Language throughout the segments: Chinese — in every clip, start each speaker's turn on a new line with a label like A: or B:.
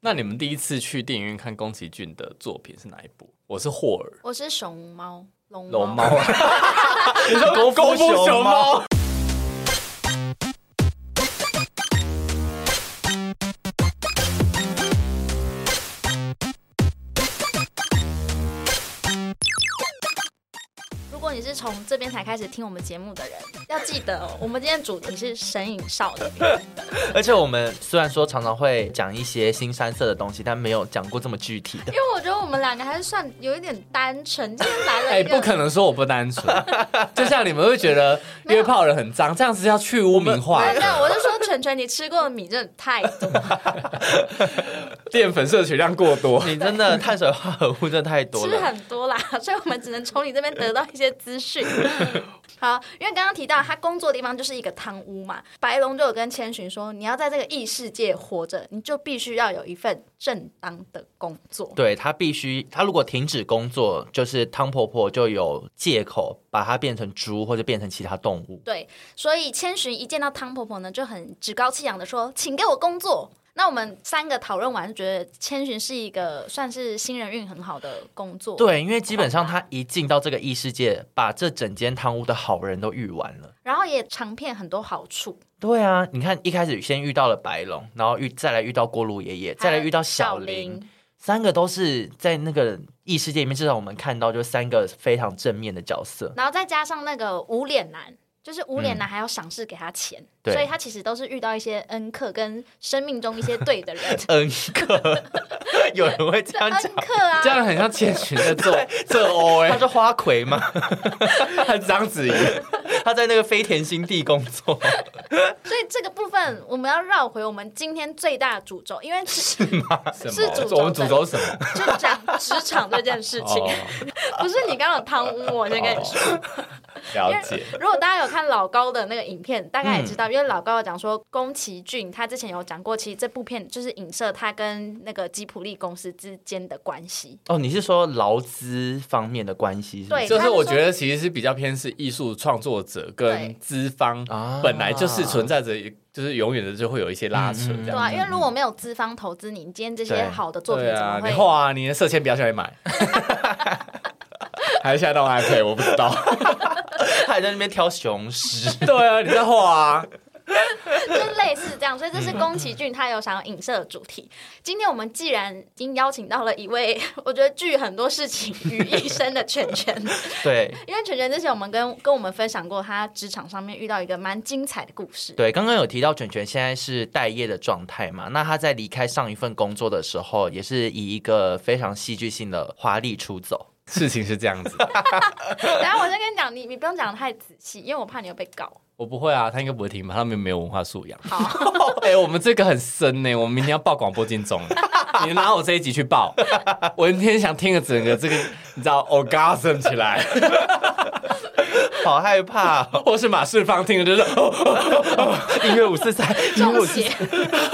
A: 那你们第一次去电影院看宫崎骏的作品是哪一部？我是霍尔
B: 我是熊猫，龙
A: 龙
B: 猫
A: 猫，你说
C: 功夫
A: 功夫
C: 熊
A: 熊
C: 猫
A: 猫？
B: 如果你是从这边才开始听我们节目的人，要记得、哦，我们今天主题是神隐少女。
C: 而且我们虽然说常常会讲一些新山色的东西，但没有讲过这么具体
B: 因。
C: 的
B: 为我觉得我们两个还是算有一点单纯，今天来了
A: 哎，
B: 一个，
A: 不可能说我不单 纯，就像你们会觉得约炮人很脏，这样子要去污名化
B: 没。有。没有，我是说晨晨，你吃过的米真的太多，
A: 淀粉摄取量过 多，
C: 你真的碳水化合物真的太多
B: 吃
C: 了，
B: 很多啦，所以我们只能从你这边得到一些 资讯。好，因为刚刚提到他工作的地方就是一个汤屋嘛，白龙就有跟千寻说，你要在这个异世界活着，你就必须要有一份正当的工作。
C: 对他必须，他如果停止工作，就是汤婆婆就有借口把它变成猪或者变成其他动物。
B: 对，所以千寻一见到汤婆婆呢，就很趾高气扬的说：“请给我工作。”那我们三个讨论完，觉得千寻是一个算是新人运很好的工作。
C: 对，因为基本上他一进到这个异世界，把这整间汤屋的好人都遇完了。
B: 然后也尝遍很多好处，
C: 对啊，你看一开始先遇到了白龙，然后遇再来遇到锅炉爷爷，再来遇到小林，，三个都是在那个异世界里面，至少我们看到就三个非常正面的角色。
B: 然后再加上那个无脸男，就是无脸男还要赏识给他钱，
C: 嗯对
B: 所以他其实都是遇到一些恩客跟生命中一些对的 人，
C: 恩客， 有人会这样讲
B: 恩，客啊
A: 这，样很像千寻在 做做 O
C: 他
A: 哎，
C: 是花魁吗？
A: 他章子怡。
C: 他在那个飞田新地工作，
B: 所以这个部分我们要绕回我们今天最大的主轴，因为是
A: 什
B: 是主轴
A: 我们主
B: 的
A: 轴什么？
B: 就讲职场这件事情，
A: 哦，
B: 不是你刚刚有贪污，我先跟你说。
A: 哦了解。嗯
B: 如果大家有看老高的那个影片，大概也知道，因为老高有讲说宫崎骏他之前有讲过，其实这部片就是影射他跟那个吉普力公司之间的关系。
C: 哦，你是说劳资方面的关系是不
B: 对
C: 是？
A: 就是我觉得其实是比较偏是艺术创作者跟资方
C: 啊
A: 本来就是存在着一，就是永远的就会有一些拉扯
C: 嗯
A: 这
B: 对
A: 样。
B: 啊，因为如果没有资方投资你，你今天这些
C: 对
B: 好的作品
A: 对
B: 怎么
A: 啊，
B: 会？
A: 你画啊，你的色铅笔要下来买，还是现在到 iPad 我不知道。
C: 他还在那边挑雄狮。
A: 对啊，你在画啊，
B: 就类似这 样，所以这是宫崎骏他有想要影射的主题。今天我们既然已经邀请到了一位， 我觉得聚很多事情于一身的全全，
C: 对
B: 因为全全之前我们跟跟我们分享过，他职场上面遇到一个蛮精彩的故事。
C: 对，刚刚有提到卷卷现在是待业的状态嘛？那他在离开上一份工作的时候，也是以一个非常戏剧性的华丽出走。
A: 事情是这样子的。
B: 然后我先跟你讲，你你不用讲得太仔细，因为我怕你要被告。
A: 我不会啊，他应该不会听吧？他们没有文化素养。
B: 好，
A: 哎、我们这个很深呢、我们明天要报广播金钟，你拿我这一集去报，我今天想听个整个这个，你知道 orgasm 起来。
C: 好害怕、哦！
A: 或是马世芳听了就是哦
C: 音乐五四三，音乐
B: 中
C: 五四
B: 邪
C: 三。。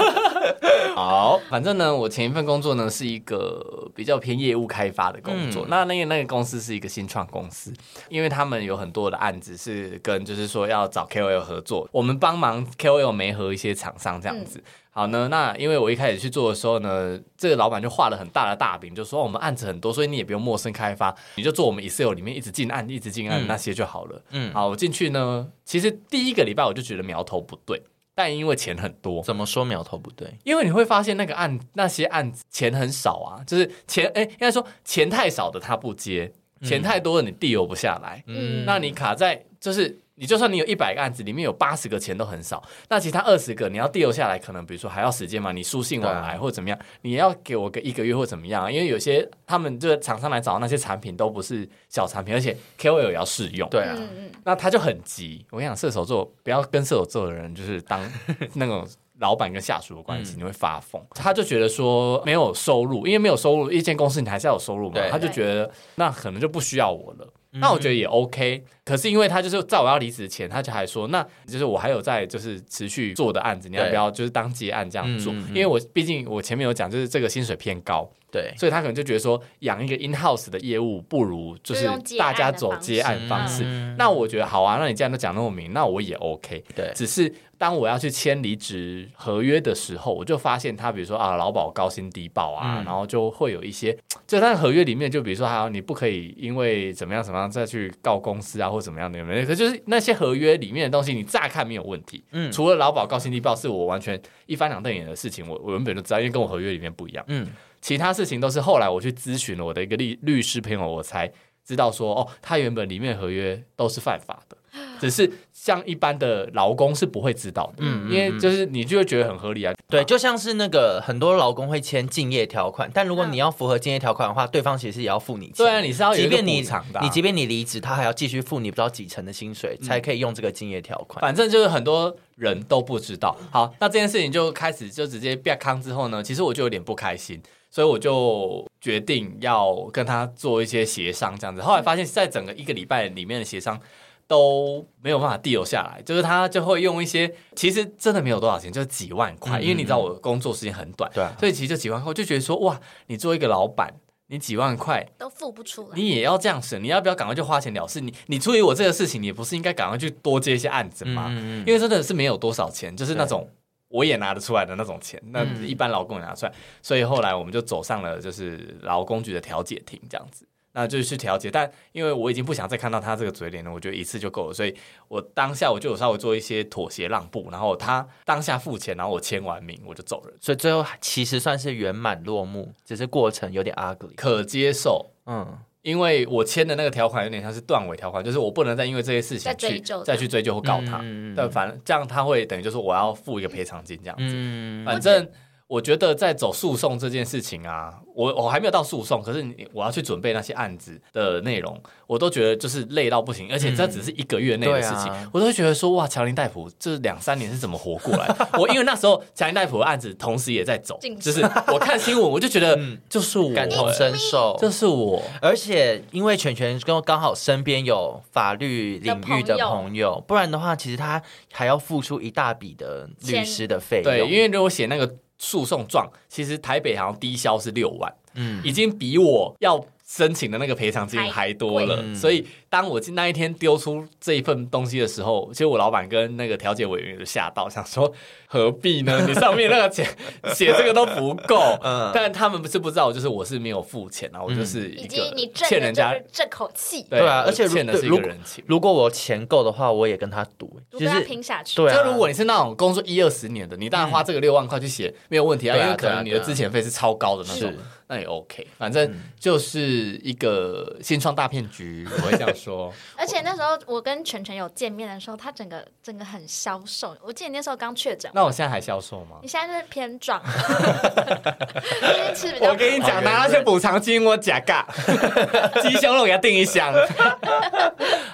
A: 好，反正呢，我前一份工作呢是一个比较偏业务开发的工
C: 嗯
A: 作。那那个那个公司是一个新创公司，因为他们有很多的案子是跟就是说要找 KOL 合作，我们帮忙 KOL 媒合一些厂商这样子。
C: 嗯
A: 好呢，那因为我一开始去做的时候呢，这个老板就画了很大的大饼，就说、哦我们案子很多，所以你也不用陌生开发，你就做我们 Excel 里面一直进案、一直进案
C: 嗯
A: 那些就好了。
C: 嗯，
A: 好，我进去呢，其实第一个礼拜我就觉得苗头不对，但因为钱很多，
C: 怎么说苗头不对？
A: 因为你会发现那个案那些案子钱很少啊，就是钱哎、应该说钱太少的他不接，
C: 嗯
A: 钱太多的你递游不下来，
B: 嗯
A: 那你卡在就是。你就算你有一百个案子，里面有八十个钱都很少，那其他二十个你要递游下来，可能比如说还要时间嘛，你书信往
C: 对啊
A: 来或者怎么样，你要给我个一个月或怎么样啊，因为有些他们就是厂商来找那些产品都不是小产品，而且 KOL 也要试用，
C: 对啊，
B: 嗯嗯，
A: 那他就很急。我跟你讲，射手座不要跟射手座的人就是当那种老板跟下属的关系，你会发疯。他就觉得说没有收入，因为没有收入，一间公司你还是要有收入嘛
C: 对。
A: 他就觉得那可能就不需要我了。那我觉得也 OK，可是因为他就是在我要离职前，他就还说，那就是我还有在就是持续做的案子，你要
C: 对
A: 不要就是当接案这样做？
C: 嗯嗯嗯
A: 因为我毕竟我前面有讲，就是这个薪水偏高，
C: 对，
A: 所以他可能就觉得说，养一个 in house 的业务不如就是
B: 就用接
A: 大
B: 案的
A: 家走
B: 方式
A: 接案方式。
C: 嗯
A: 那我觉得好啊，那你既然都讲那么明，那我也 OK。
C: 对
A: 只是当我要去签离职合约的时候，我就发现他，比如说啊，劳保高薪低报啊，
C: 嗯
A: 然后就会有一些，就他的合约里面，就比如说还有你不可以因为怎么样怎么样再去告公司啊，或怎么样的，有没有？可就是那些合约里面的东西，你乍看没有问题，
C: 嗯
A: 除了劳保高薪低报是我完全一翻两瞪眼的事情，我我原本就知道，因为跟我合约里面不一样。
C: 嗯
A: 其他事情都是后来我去咨询了我的一个律律师朋友，我才知道说，哦，他原本里面合约都是犯法的，只是像一般的劳工是不会知道的，
C: 嗯嗯
A: 因为就是你就会觉得很合理啊，
C: 对，就像是那个很多劳工会签竞业条款，但如果你要符合竞业条款的话，对方其实也要付你钱。
A: 嗯对啊，你是要有
C: 即
A: 一个
C: 便你
A: 补偿的啊、嗯
C: 你即便你离职，他还要继续付你不知道几成的薪水，才可以用这个竞业条款。
A: 反正就是很多人都不知道。好，那这件事情就开始就直接变康之后呢，其实我就有点不开心，所以我就决定要跟他做一些协商，这样子。后来发现，在整个一个礼拜里面的协商。都没有办法 deal 下来，就是他就会用一些，其实真的没有多少钱，就几万块，
C: 嗯
A: 因为你知道我工作时间很短，
C: 对啊
A: 所以其实就几万块，我就觉得说，哇，你作为一个老板，你几万块，
B: 都付不出来。
A: 你也要这样省，你要不要赶快去花钱了事？你你处理我这个事情，你不是应该赶快去多接一些案子吗？
C: 嗯
A: 因为真的是没有多少钱，就是那种我也拿得出来的那种钱，那
B: 嗯
A: 一般劳工也拿出来，所以后来我们就走上了就是劳工局的调解庭这样子。那就是去调解，但因为我已经不想再看到他这个嘴脸了，我觉得一次就够了，所以我当下我就有稍微做一些妥协让步，然后他当下付钱，然后我签完名我就走人，
C: 所以最后其实算是圆满落幕，只是过程有点 ugly。
A: 可接受。
C: 嗯，
A: 因为我签的那个条款有点像是断尾条款，就是我不能再因为这些事情
B: 再追
A: 去
B: 究
A: 再去追究或告他。
C: 嗯
A: 但反正这样他会等于就是我要付一个赔偿金这样子。
C: 嗯
A: 反正我觉得在走诉讼这件事情啊，我我还没有到诉讼，可是你我要去准备那些案子的内容，我都觉得就是累到不行，而且这只是一个月内的事情，
C: 对啊
A: 我都会觉得说哇，乔林戴普这两三年是怎么活过来？ 我因为那时候乔林戴普的案子同时也在走
B: 竞，
A: 就是我看新闻我就觉得就是我、
C: 嗯感同身受。
A: 就是我，
C: 而且，因为全全跟刚好身边有法律领域
B: 的
C: 的
B: 朋友
C: 朋友，不然的话，其实他还要付出一大笔的律
B: 钱
C: 师的费用。
A: 对，因为如果写那个诉讼状，其实台北好像低消是六万，
C: 嗯
A: 已经比我要申请的那个赔偿金
B: 还
A: 还多了。
C: 贵
A: 所以当我那一天丢出这一份东西的时候，其实我老板跟那个调解委员就吓到，想说何必 呢？你上面那个钱写这个都不够。
C: 嗯
A: 但他们是不知道，就是我是没有付钱啊，我就是一
B: 已
A: 个
B: 经嗯你挣
A: 欠
B: 的
A: 人
B: 就
A: 家
B: 是这口气，
A: 对
C: 对啊
A: 我
C: 而且如
A: 欠的是一
C: 如
A: 个
C: 果
A: 人情。
C: 如果我钱够的话，我也跟他赌，
B: 都
C: 就
B: 跟他
C: 是
B: 拼下去。
C: 对啊，
A: 就如果你是那种工作一二十年的，你当然花这个六万块去写没有问题啊，
C: 对啊
A: 因为可
C: 对啊
A: 能你的
C: 对啊
A: 之前费是嗯超高的那种
C: 是，
A: 那也 OK。反正就是一个新创大骗局，我会这样说。
B: 而且那时候我跟全全有见面的时候，他整个整个很消瘦。我记得你那时候刚确诊，
A: 那我现在还销售吗
B: 你？现在就是偏壮，因为吃比较
A: 我跟你
C: 好
A: 讲，拿那些补偿金，我假 尬，鸡胸肉给他订一箱，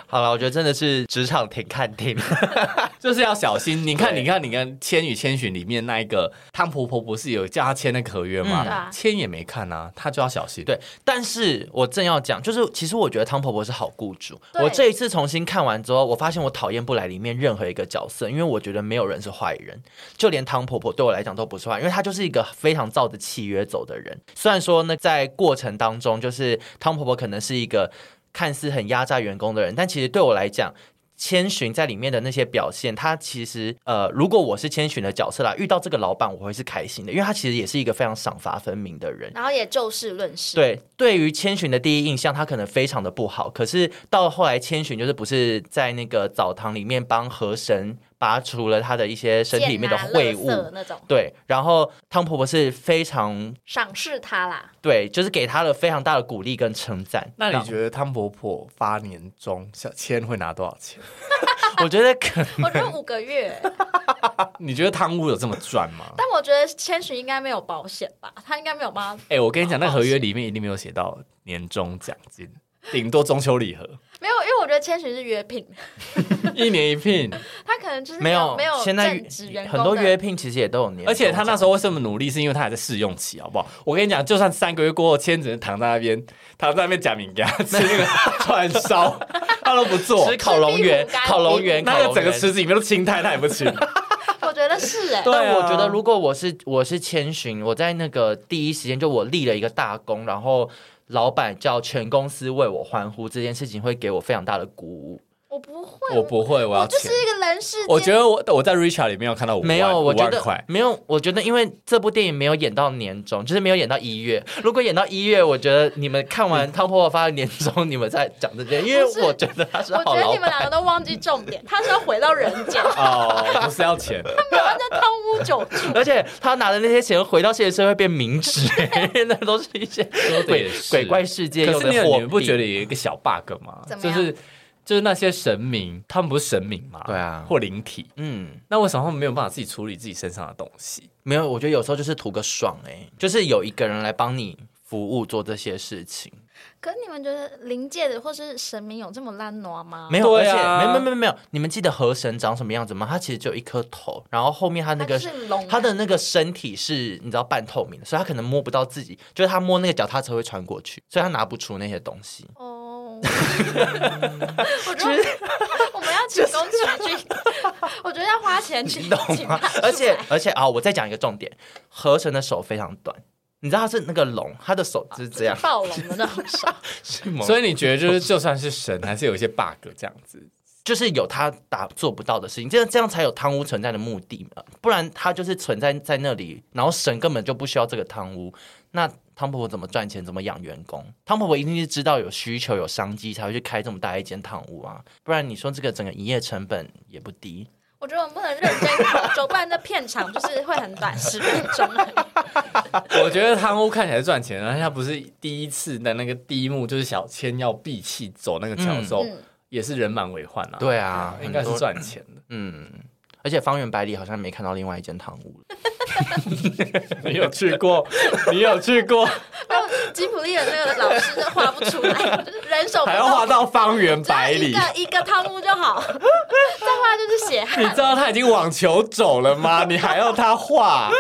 C: 好了，我觉得真的是职场挺看听。
A: 就是要小心。你看，
C: 对
A: 你看，你看《千与千寻》里面那一个汤婆婆不是有叫他签那个合约
C: 嗯
B: 对
A: 吗
B: 啊？
A: 签也没看啊，他就要小心。
C: 对，但是我正要讲，就是其实我觉得汤婆婆是好雇主。
B: 对
C: 我这一次重新看完之后，我发现我讨厌不来里面任何一个角色，因为我觉得没有人是坏人，就连汤婆婆对我来讲都不是坏人，因为她就是一个非常照着契约走的人。虽然说呢，在过程当中，就是汤婆婆可能是一个看似很压榨员工的人，但其实对我来讲。千寻在里面的那些表现，他其实呃，如果我是千寻的角色啦，遇到这个老板我会是开心的，因为他其实也是一个非常赏罚分明的人。
B: 然后也就事论事。
C: 对，对于千寻的第一印象，他可能非常的不好。可是到后来，千寻就是不是在那个澡堂里面帮河神拔除了他的一些身体里面的秽
B: 贱啊垃圾
C: 物，
B: 那种，
C: 对，然后汤婆婆是非常
B: 赏识他 啦。
C: 对，就是给他了非常大的鼓励跟称赞。
A: 那
C: 然
A: 你
C: 后
A: 觉得汤婆婆发年终小签会拿多少钱？
C: 我觉得可
B: 我觉得五个月，
A: 你觉得贪污有这么赚吗？
B: 但我觉得千寻应该没有保险吧，他应该没有帮他，
A: 哎、我跟你讲，那个合约里面一定没有写到年终奖金，顶多中秋礼盒，
B: 没有，因为我觉得千寻是约聘，
A: 一 年一聘。
B: 他可能就是
C: 没
B: 有没
C: 有，现在
B: 正职员工
C: 很多
B: 的
C: 约聘其实也都有年，
A: 而且他那时候为什么努力，是因为他还在试用期，好不好？我跟你讲，就算三个月过后，签只能躺在那边，躺在那边假名给他吃 那个串烧，他都不做
C: 吃。烤龙
B: 吃壁虎
C: 源，
B: 干
C: 烤龙源，
A: 那
C: 烤
A: 个
C: 龙
A: 整个
C: 源
A: 池子里面都青苔，他也不吃。
B: 我觉得的是哎、
A: 对啊
C: 但我觉得，如果我是我是千寻，我在那个第一时间就我立了一个大功，然后老板叫全公司为我欢呼，这件事情会给我非常大的鼓舞。
B: 我不会，
A: 我不会，我
B: 我
A: 要
B: 就
A: 钱
B: 是。一个人世间。
A: 我觉得我我在 Richard 里面有看到五万
C: 没有，我
A: 五
C: 觉
A: 万
C: 得
A: 块，
C: 没有，我觉得因为这部电影没有演到年终，就是没有演到一月。如果演到一月，我觉得你们看完汤婆婆发的年终，你们再讲这件，因为
B: 不是
C: 我觉得他是
B: 我
C: 好
B: 觉得
C: 老
B: 你们
C: 板。
B: 两个都忘记重点，他是要回到人间，
A: 哦，不是要 钱，
B: 他在贪污酒助。
C: 而且他拿的那些钱回到现实社会变民 脂、那都是一些
A: 说的也
C: 鬼
A: 是
C: 鬼怪世界
A: 可
C: 用
A: 是你
C: 的货
A: 你
C: 币。
A: 们不觉得有一个小 bug 吗
B: 怎？么
A: 就
B: 样
A: 是就是那些神明，他们不是神明吗？
C: 对啊
A: 或灵体，
C: 嗯，
A: 那为什么他们没有办法自己处理自己身上的东 西？
C: 没有，我觉得有时候就是图个爽哎、就是有一个人来帮你服务做这些事情，
B: 可是你们觉得灵界的或是神明有这么烂暖吗？
C: 没有，而
A: 对
C: 且
A: 啊
C: 没有没有没有没有，你们记得河神长什么样子吗？他其实只有一颗头，然后后面他那
B: 他就
C: 个
B: 是龙啊
C: 他的那个身体是你知道半透明的，所以他可能摸不到自己，就是他摸那个脚踏车会穿过去，所以他拿不出那些东西。
B: 哦，我觉得我们要请宫崎骏，我觉得要花钱去
C: 你懂
B: 请
C: 吗
B: 他出？来
C: 而且而且啊、我再讲一个重点，河神的手非常短，你知道他是那个龙，他的手就是这样，
B: 暴龙的那种手，
A: 所
C: 以
A: 以你觉得就是就算是神，还是有一些 bug 这样 子？
C: 就是有他打做不到的事情，这样这样才有贪污存在的目的嘛，不然他就是存在在那里，然后神根本就不需要这个贪污，那。汤婆婆怎么赚钱？怎么养员工？汤婆婆一定是知道有需求、有商机，才会去开这么大一间汤屋啊！不然你说这个整个营业成本也不低。
B: 我觉得我们不能认真考究，不然在片场就是会很短，十分钟而已。
A: 我觉得贪污看起来赚钱，然后他不是第一次的那个第一幕，就是小千要闭气走那个桥的时候，
B: 嗯嗯
A: 也是人满为患啊。
C: 对啊，
A: 应该
C: 很
A: 是
C: 多
A: 赚钱的，
C: 嗯，而且方圆百里好像没看到另外一间堂屋了。
A: 你有去过？ 你有去 过？
B: 然后吉普力的那个老师就画不出来，就是人手不
A: 还要画
B: 够，
A: 到方圆
B: 只要
A: 百
B: 一
A: 里？
B: 个一个汤屋就 好，再画就是血汗。
A: 你知道他已经往球走了吗？你还要他画？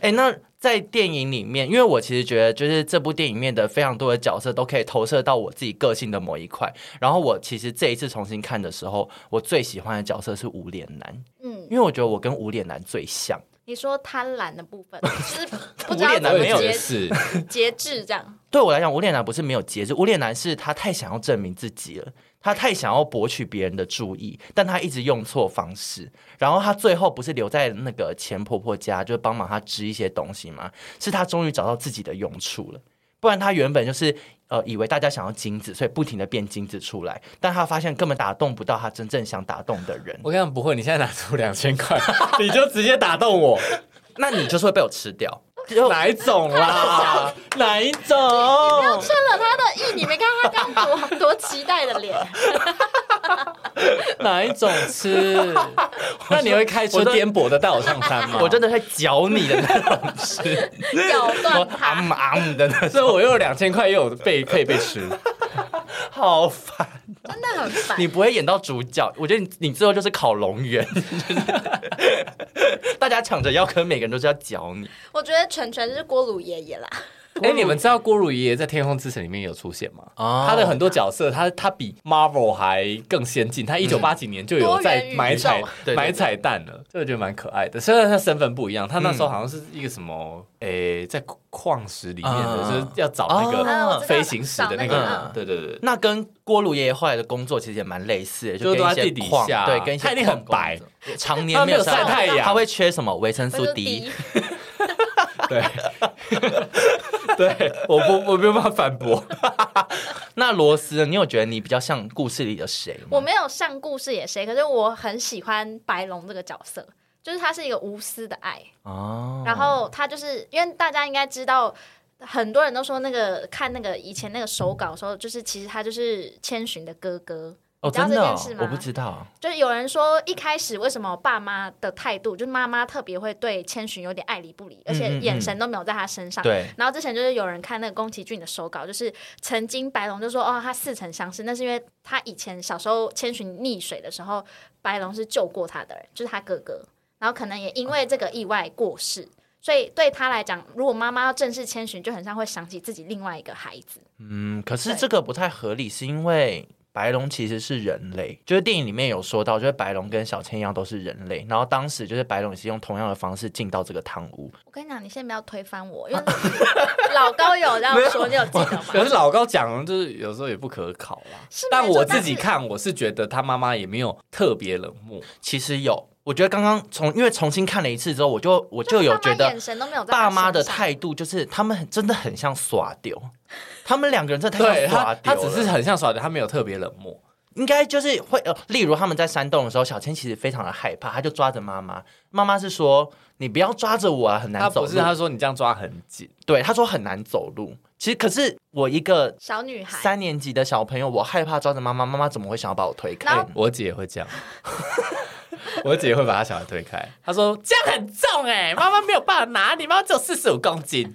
C: 哎、那在电影里面，因为我其实觉得，就是这部电影里面的非常多的角色都可以投射到我自己个性的某一块。然后我其实这一次重新看的时候，我最喜欢的角色是无脸男，
B: 嗯，
C: 因为我觉得我跟无脸男最像。
B: 你说贪婪的部分，就是不知
C: 无
B: 道
C: 脸
B: 怎
C: 男
B: 么
C: 没有
B: 节
A: 是，
B: 节制这样。
C: 对我来讲，无脸男不是没有节制，无脸男是他太想要证明自己了，他太想要博取别人的注意，但他一直用错方式。然后他最后不是留在那个钱婆婆家，就是帮忙她织一些东西吗？是他终于找到自己的用处了。不然他原本就是呃以为大家想要金子，所以不停的变金子出来，但他发现根本打动不到他真正想打动的人，
A: 我跟你讲不会，你现在拿出两千块， 你就直接打动我，
C: 那你就是会被我吃 掉。就
A: 哪一种 啦？哪一种？
B: 趁了他的意，你没看他刚多多期待的 脸，
A: 哪一种吃？ 那你会开车
C: 我都
A: 颠簸的带我上山吗？
C: 我真的会嚼你的那种吃，
B: 咬断
C: 阿
B: 他。
C: 姆阿姆的那种，
A: 所以我又有两千块，又有被可以被 吃。
C: 好烦。
B: 真的很烦
C: 你。不会演到主角，我觉得你你最后就是烤龙源， 大家抢着要，可是每个人都是要嚼你。
B: 我觉得全全就是锅炉爷爷啦，
A: 哎、你们知道郭汝爷爷在《天空之城》里面有出现吗？
C: 哦
A: 他的很多角色，他他比 Marvel 还更先进，他一九八几年就有在
B: 多元宇宙
A: 买彩
C: 对对对
A: 买彩蛋了，所以我觉得蛮可爱的。虽然他身份不一样，他那时候好像是一个什么，诶、在矿石里面的，就
C: 嗯
A: 是要找那
C: 哦
A: 个
B: 啊我知道
A: 飞行时的那
B: 找那
A: 个
B: 个
A: 人
C: 嗯，
A: 对对对。
C: 那跟锅炉爷爷后来的工作其实也蛮类似的，
A: 就是
C: 跟一
A: 都在
C: 些
A: 地底
C: 矿
A: 下
C: 对，跟一些
A: 他一定很
C: 矿工作，常年
A: 他
C: 没
A: 没有
C: 有
A: 晒太阳
C: 他会缺什么维生素
B: 就是
C: D？
B: 第
A: 对，对，我不，我没有办法反驳。
C: 那罗斯呢，你有觉得你比较像故事里的谁吗？
B: 我没有上故事也谁，可是我很喜欢白龙这个角色，就是他是一个无私的爱，
C: 哦，
B: 然后他就是因为大家应该知道。很多人都说那个看那个以前那个手稿的时候，就是其实他就是千寻的哥哥，你
C: 哦，
B: 知道
C: 真
B: 这
C: 的
B: 件
C: 哦
B: 事吗？啊
C: 我不知道，
B: 就是有人说一开始为什么爸妈的态度，就是妈妈特别会对千寻有点爱理不理，而且眼神都没有在他身上。
C: 对
B: 然后之前就是有人看那个宫崎骏的手稿，就是曾经白龙就说哦，他似曾相识，那是因为他以前小时候千寻溺水的时候，白龙是救过他的人，就是他哥哥。然后可能也因为这个意外过世，所以对他来讲，如果妈妈要正视千寻，就很像会想起自己另外一个孩子。
C: 嗯，可是
B: 对
C: 这个不太合理，是因为白龙其实是人类，就是电影里面有说到，就是白龙跟小千一样都是人类，然后当时就是白龙也是用同样的方式进到这个汤屋，
B: 我跟你讲，你先不要推翻我，因为 老高有这样说，你有记 得
A: 可
B: 吗？
A: 是老高讲就是有时候也不可考啦
B: 是没错，
A: 但我自己
B: 但是
A: 看我是觉得他妈妈也没有特别冷漠，
C: 其实有，我觉得刚刚从因为重新看了一次之后，我就我就有
B: 爸妈
C: 觉得
B: 眼神都没有在他
C: 爸妈的
B: 身上
C: 态度就是他们很真的很像耍丢，他们两个人真的太
A: 对
C: 像耍
A: 他
C: 丢
A: 他
C: 了
A: 只是很像耍的，他没有特别冷漠。
C: 应该就是会呃，例如他们在山洞的时候，小千其实非常的害怕，他就抓着妈妈，妈妈是说你不要抓着我啊，很
A: 他
C: 难走
A: 不
C: 路。
A: 是他说你这样抓很紧，
C: 对他说很难走路，其实可是我一个
B: 小女孩，
C: 三年级的小朋友，我害怕抓着妈妈，妈妈怎么会想要把我推
B: 然
C: 开
B: 后？
A: 我姐也会这样。 我姐会把她小孩推开，她说这样很重哎、妈妈没有办法拿你，妈妈只有四十五公斤。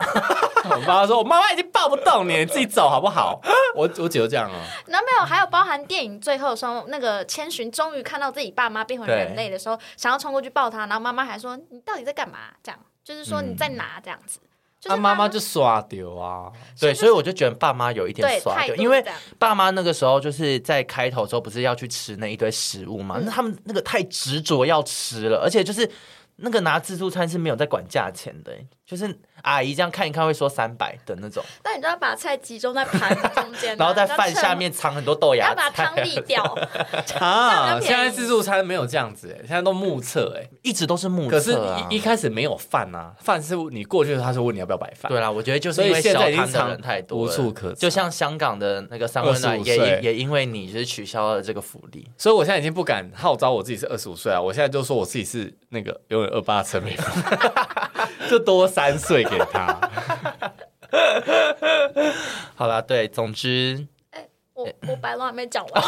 A: 我妈妈说，我妈妈已经抱不动你，你自己走好不好？我我姐就这样哦、
B: 然后没有，还有包含电影最后的时候，那个千寻终于看到自己爸妈变回人类的时候，想要冲过去抱他，然后妈妈还说：“你到底在干嘛？”这样就是说你在哪这样
C: 嗯
B: 子。就
A: 她
B: 是
A: 啊妈妈就耍丢啊，
C: 对，所以我就觉得爸妈有一点
B: 对
C: 耍
B: 态
C: 丢，
B: 度
C: 因为
B: 这样
C: 爸妈那个时候就是在开头的时候，不是要去吃那一堆食物嘛？
B: 嗯
C: 那他们那个太执着要吃了，而且就是那个拿自助餐是没有在管价钱的、欸就是阿姨这样看一看会说三百的那种，
B: 但你就要把菜集中在盘中间啊、
C: 然后在
B: 你要
C: 饭
B: 趁
C: 下，面藏很多豆
B: 你
C: 芽
B: 要把
C: 菜
B: 汤，沥掉。
A: 啊，
B: 比较便宜
A: 现在自助餐没有这样子、欸，现在都目测哎、
C: 一直都是目
A: 可是
C: 测啊
A: 一一。开始没有饭啊，饭是你过去他是问你要不要摆饭，
C: 对啊啦，我觉得就是
A: 所
C: 因
A: 以
C: 为
A: 现
C: 小
A: 在已经
C: 摊的
A: 藏
C: 人太多
A: 无
C: 了
A: 处可藏
C: 就像香港的那个三温暖
A: 25
C: 也也
A: 岁
C: 也因为你就是取消了这个福利，
A: 所以我现在已经不敢号召我自己是二十五岁啊，我现在就说我自己是那个永远二八陈美凤， 就多三岁给他。
C: 好啦，对，总之
B: 我我白龙还没讲 完，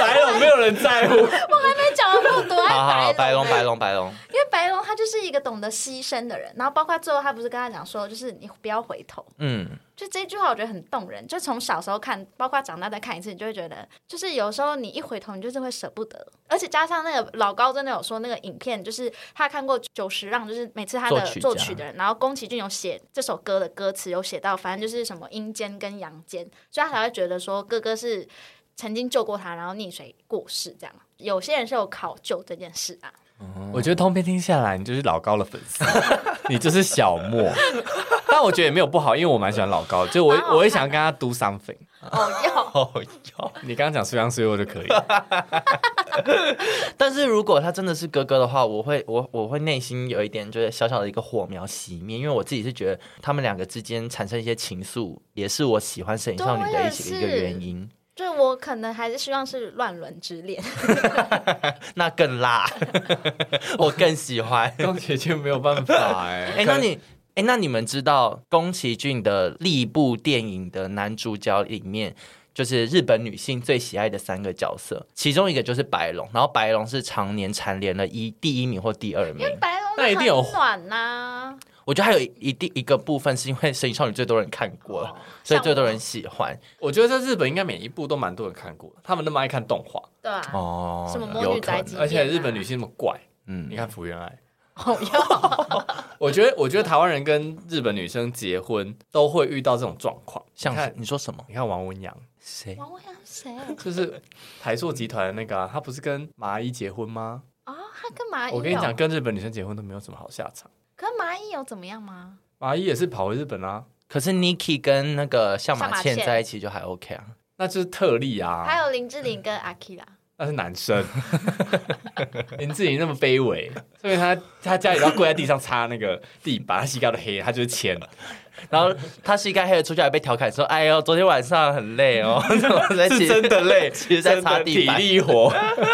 A: 白了，没有人在乎。
B: 还没讲完，我多
C: 好好
B: 爱
C: 好，白
B: 白
C: 龙
B: 龙。
C: 白龙白龙，
B: 因为白龙他就是一个懂得牺牲的人，然后包括最后他不是跟他讲说，就是你不要回头。
C: 嗯，
B: 就这句话，我觉得很动人。就从小时候看，包括长大再看一次，你就会觉得，就是有时候你一回头，你就是会舍不得。而且加上那个老高真的有说，那个影片就是他看过久石让，就是每次他的
C: 作曲家
B: 作曲的人，然后宫崎骏有写这首歌的歌词，有写到，反正就是什么阴间跟阳间，所以他才会觉得说哥哥是曾经救过他，然后溺水过世这样。有些人是有考究这件事 啊，
A: 我觉得通篇听下来，你就是老高的粉 丝，你就是小莫。但我觉得也没有不好，因为我蛮喜欢老高的，就我
B: 蛮好看的
A: 我也想跟他 do something。
B: 哦要。
C: 哦哟。
A: 你刚刚讲虽然虽弱就 可以，
C: 但是如果他真的是哥哥的话，我会我我会内心有一点就是小小的一个火苗熄灭，因为我自己是觉得他们两个之间产生一些情愫，也是我喜欢摄影少女的一起
B: 对
C: 一
B: 我
C: 个
B: 也是
C: 原因。
B: 就是我可能还是希望是乱伦之恋，
C: 那更辣， 我更喜欢。
A: 宫崎骏没有办法哎、
C: 哎、那你哎、那你们知道宫崎骏的历部电影的男主角里面，就是日本女性最喜爱的三个角色，其中一个就是白龙，然后白龙是常年蝉联了一第一名或第二名。
B: 白龙
A: 那一定有
B: 很暖呐、
C: 我觉得还有一定一个部分是因为《神隐少女》最多人看过
B: 哦
C: 了，所以最多人喜欢
A: 我觉得在日本应该每一部都蛮多人看过，他们那么爱看动画，
B: 对啊，
C: 哦。
B: 什么魔
C: 有
B: 女
C: 可
B: 宅
C: 能
B: 急便啊、
A: 而且日本女性那么怪，
C: 嗯
A: 你，看福原爱，
C: 哦
A: 我觉得，我觉得台湾人跟日本女生结婚都会遇到这种状况。
C: 像
A: 你
C: 是
A: 看，
C: 你说什么？
A: 你看王文洋，
C: 谁？
B: 王文洋谁
A: 就是 台塑集团的那个、啊，他不是跟麻衣结婚吗？
B: 啊？他跟蚂蚁，
A: 我跟你讲，，跟日本女生结婚都没有什么好下场。
B: 可蚂蚁有怎么样吗？
A: 麻衣也是跑回日本啊，
C: 可是 Niki 跟那个向马
B: 向马
C: 倩
B: 倩
C: 在一起就还 OK 啊。
A: 那就是特例
B: 还
A: 啊，
B: 有林志玲跟阿 k i r a
A: 那是男生。 林志颖那么卑微，所以他他家里要跪在地上擦那个地板，他膝盖都黑，他就是签了，
C: 然后他膝盖黑了出去，还被调侃说：“哎呦，昨天晚上很累 哦。”在
A: 是真的累，
C: 其实在擦地
A: 真的
C: 板
A: 体。力活，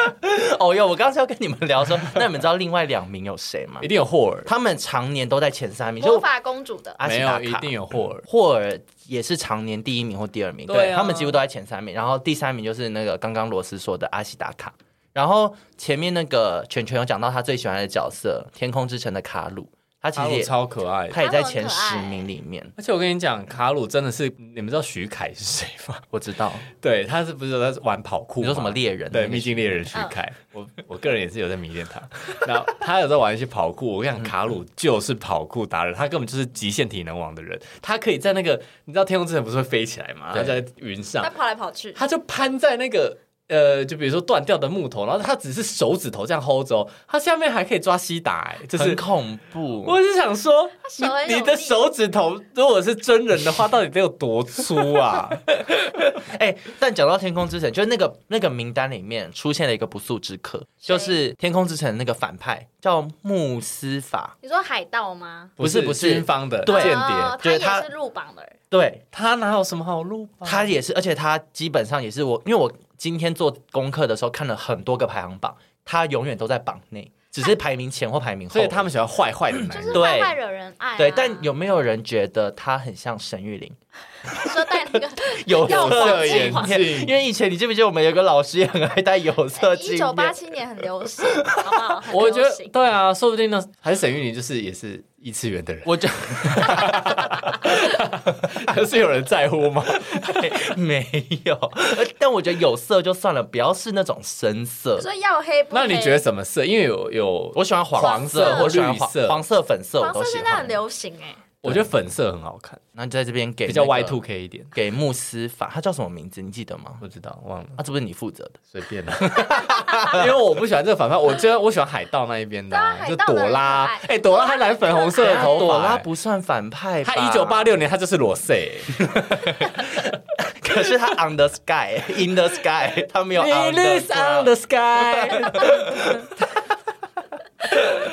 C: 哦哟，我刚才要跟你们聊说，那你们知道另外两名有谁吗
A: 一？定有霍尔，
C: 他们常年都在前三名，
B: 魔
C: 就啊
B: 法公主的。
C: 阿奇
A: 没
C: 达
A: 有
C: 卡
A: 一定有霍尔。
C: 霍尔也是常年第一名或第二名，对,、
A: 对啊
C: 他们几乎都在前三名。然后第三名就是那个刚刚罗斯说的阿西达卡。然后前面那个全全有讲到他最喜欢的角色《天空之城》的卡鲁，他其
A: 卡
C: 实
A: 鲁
C: 也
A: 超可爱的。
C: 他也
B: 卡
C: 在
B: 鲁很
C: 前
B: 可
C: 十
B: 爱
C: 名里面，
A: 而且我跟你讲，卡鲁真的是，你们知道徐凯是谁 吗？
C: 我知道。
A: 对，他是不是有在玩跑酷？
C: 你说什么猎人？
A: 对，《秘境猎人》徐
C: 嗯
A: 凯，我我个人也是有在迷恋他。 然后他有在玩一些跑酷，我跟你讲，卡鲁就是跑酷达人，他根本就是极限体能王的人。他可以在那个，你知道天空之城不是会飞起来吗？他
C: 对
A: 在云上
B: 他，跑来跑去，
A: 他就攀在那个。呃，就比如说断掉的木头，然后他只是手指头这样 hold 着哦，他下面还可以抓吸打、哎，就
C: 很
A: 是
C: 恐怖。
A: 我是想说，
B: 手很
A: 你
B: 有
A: 你的
B: 力
A: 手指头如果是真人的话，到底得有多粗啊？
C: 哎、但讲到天空之城，就是那个那个名单里面出现了一个不速之客，
B: 谁
C: 就是天空之城那个反派叫穆斯法，
B: 你说海盗吗？
C: 不是不是
A: 军方的
C: 对啊
A: 间
B: 哦
A: 谍，
C: 就是
B: 他
C: 他
B: 也是入榜的人，
C: 对
A: 他哪有什么好录吧？
B: 哦
C: 他也是，而且他基本上也是我，因为我今天做功课的时候看了很多个排行榜，他永远都在榜内，只是排名前或排名后。
A: 所以他们喜欢坏坏的男
B: 就
A: 人。
B: 是
C: 对
B: 坏坏惹人爱啊。
C: 对，但有没有人觉得他很像沈 玉琳？
B: 你说戴 那个
C: 有
B: 要
C: 色
B: 我
C: 眼
B: 进化
C: 镜，因为以前你记不记得我们有个老师也很爱戴有色镜
B: 哎一九八
C: 片？
B: 七年很流 行，好不好？很
A: 我觉
B: 流
A: 得
B: 行。
A: 对啊，说不定呢，还是沈玉琳就是也是异次元的人，
C: 我就
A: 可是有人在乎 吗？
C: 没有，但我觉得有色就算了，不要是那种深色。
B: 所以要黑不黑？
A: 那你觉得什么色？因为有有，
C: 我喜欢
A: 黄
C: 黄
A: 色
C: 色，
A: 或
C: 我喜欢
A: 绿
C: 黄
A: 色
C: 黄色、粉色，我
B: 黄
C: 都
B: 色
C: 喜
B: 现在很
C: 欢。
B: 流行哎，
A: 我觉得粉色很好看，
C: 那就在这边给
A: 比较
C: 那
A: Y
C: 个
A: two K 一点。
C: 给穆斯法，他叫什么名字？你记得吗？
A: 不知道忘了，
C: 啊，这不是你负责的。
A: 随便 了，因为我不喜欢这个反派，我觉得我喜欢海盗那一边的啊，就
B: 对啊海盗
A: 朵拉
B: 很可，
A: 哎，朵拉她染粉红色的头发，
C: 啊朵拉
A: 哎
C: 不算反派吧？
A: 她一九八，六年她就是裸 色，哎
C: 可是他 on the sky，in the sky，他 没有 on the
A: Venus on the sky，
C: sky。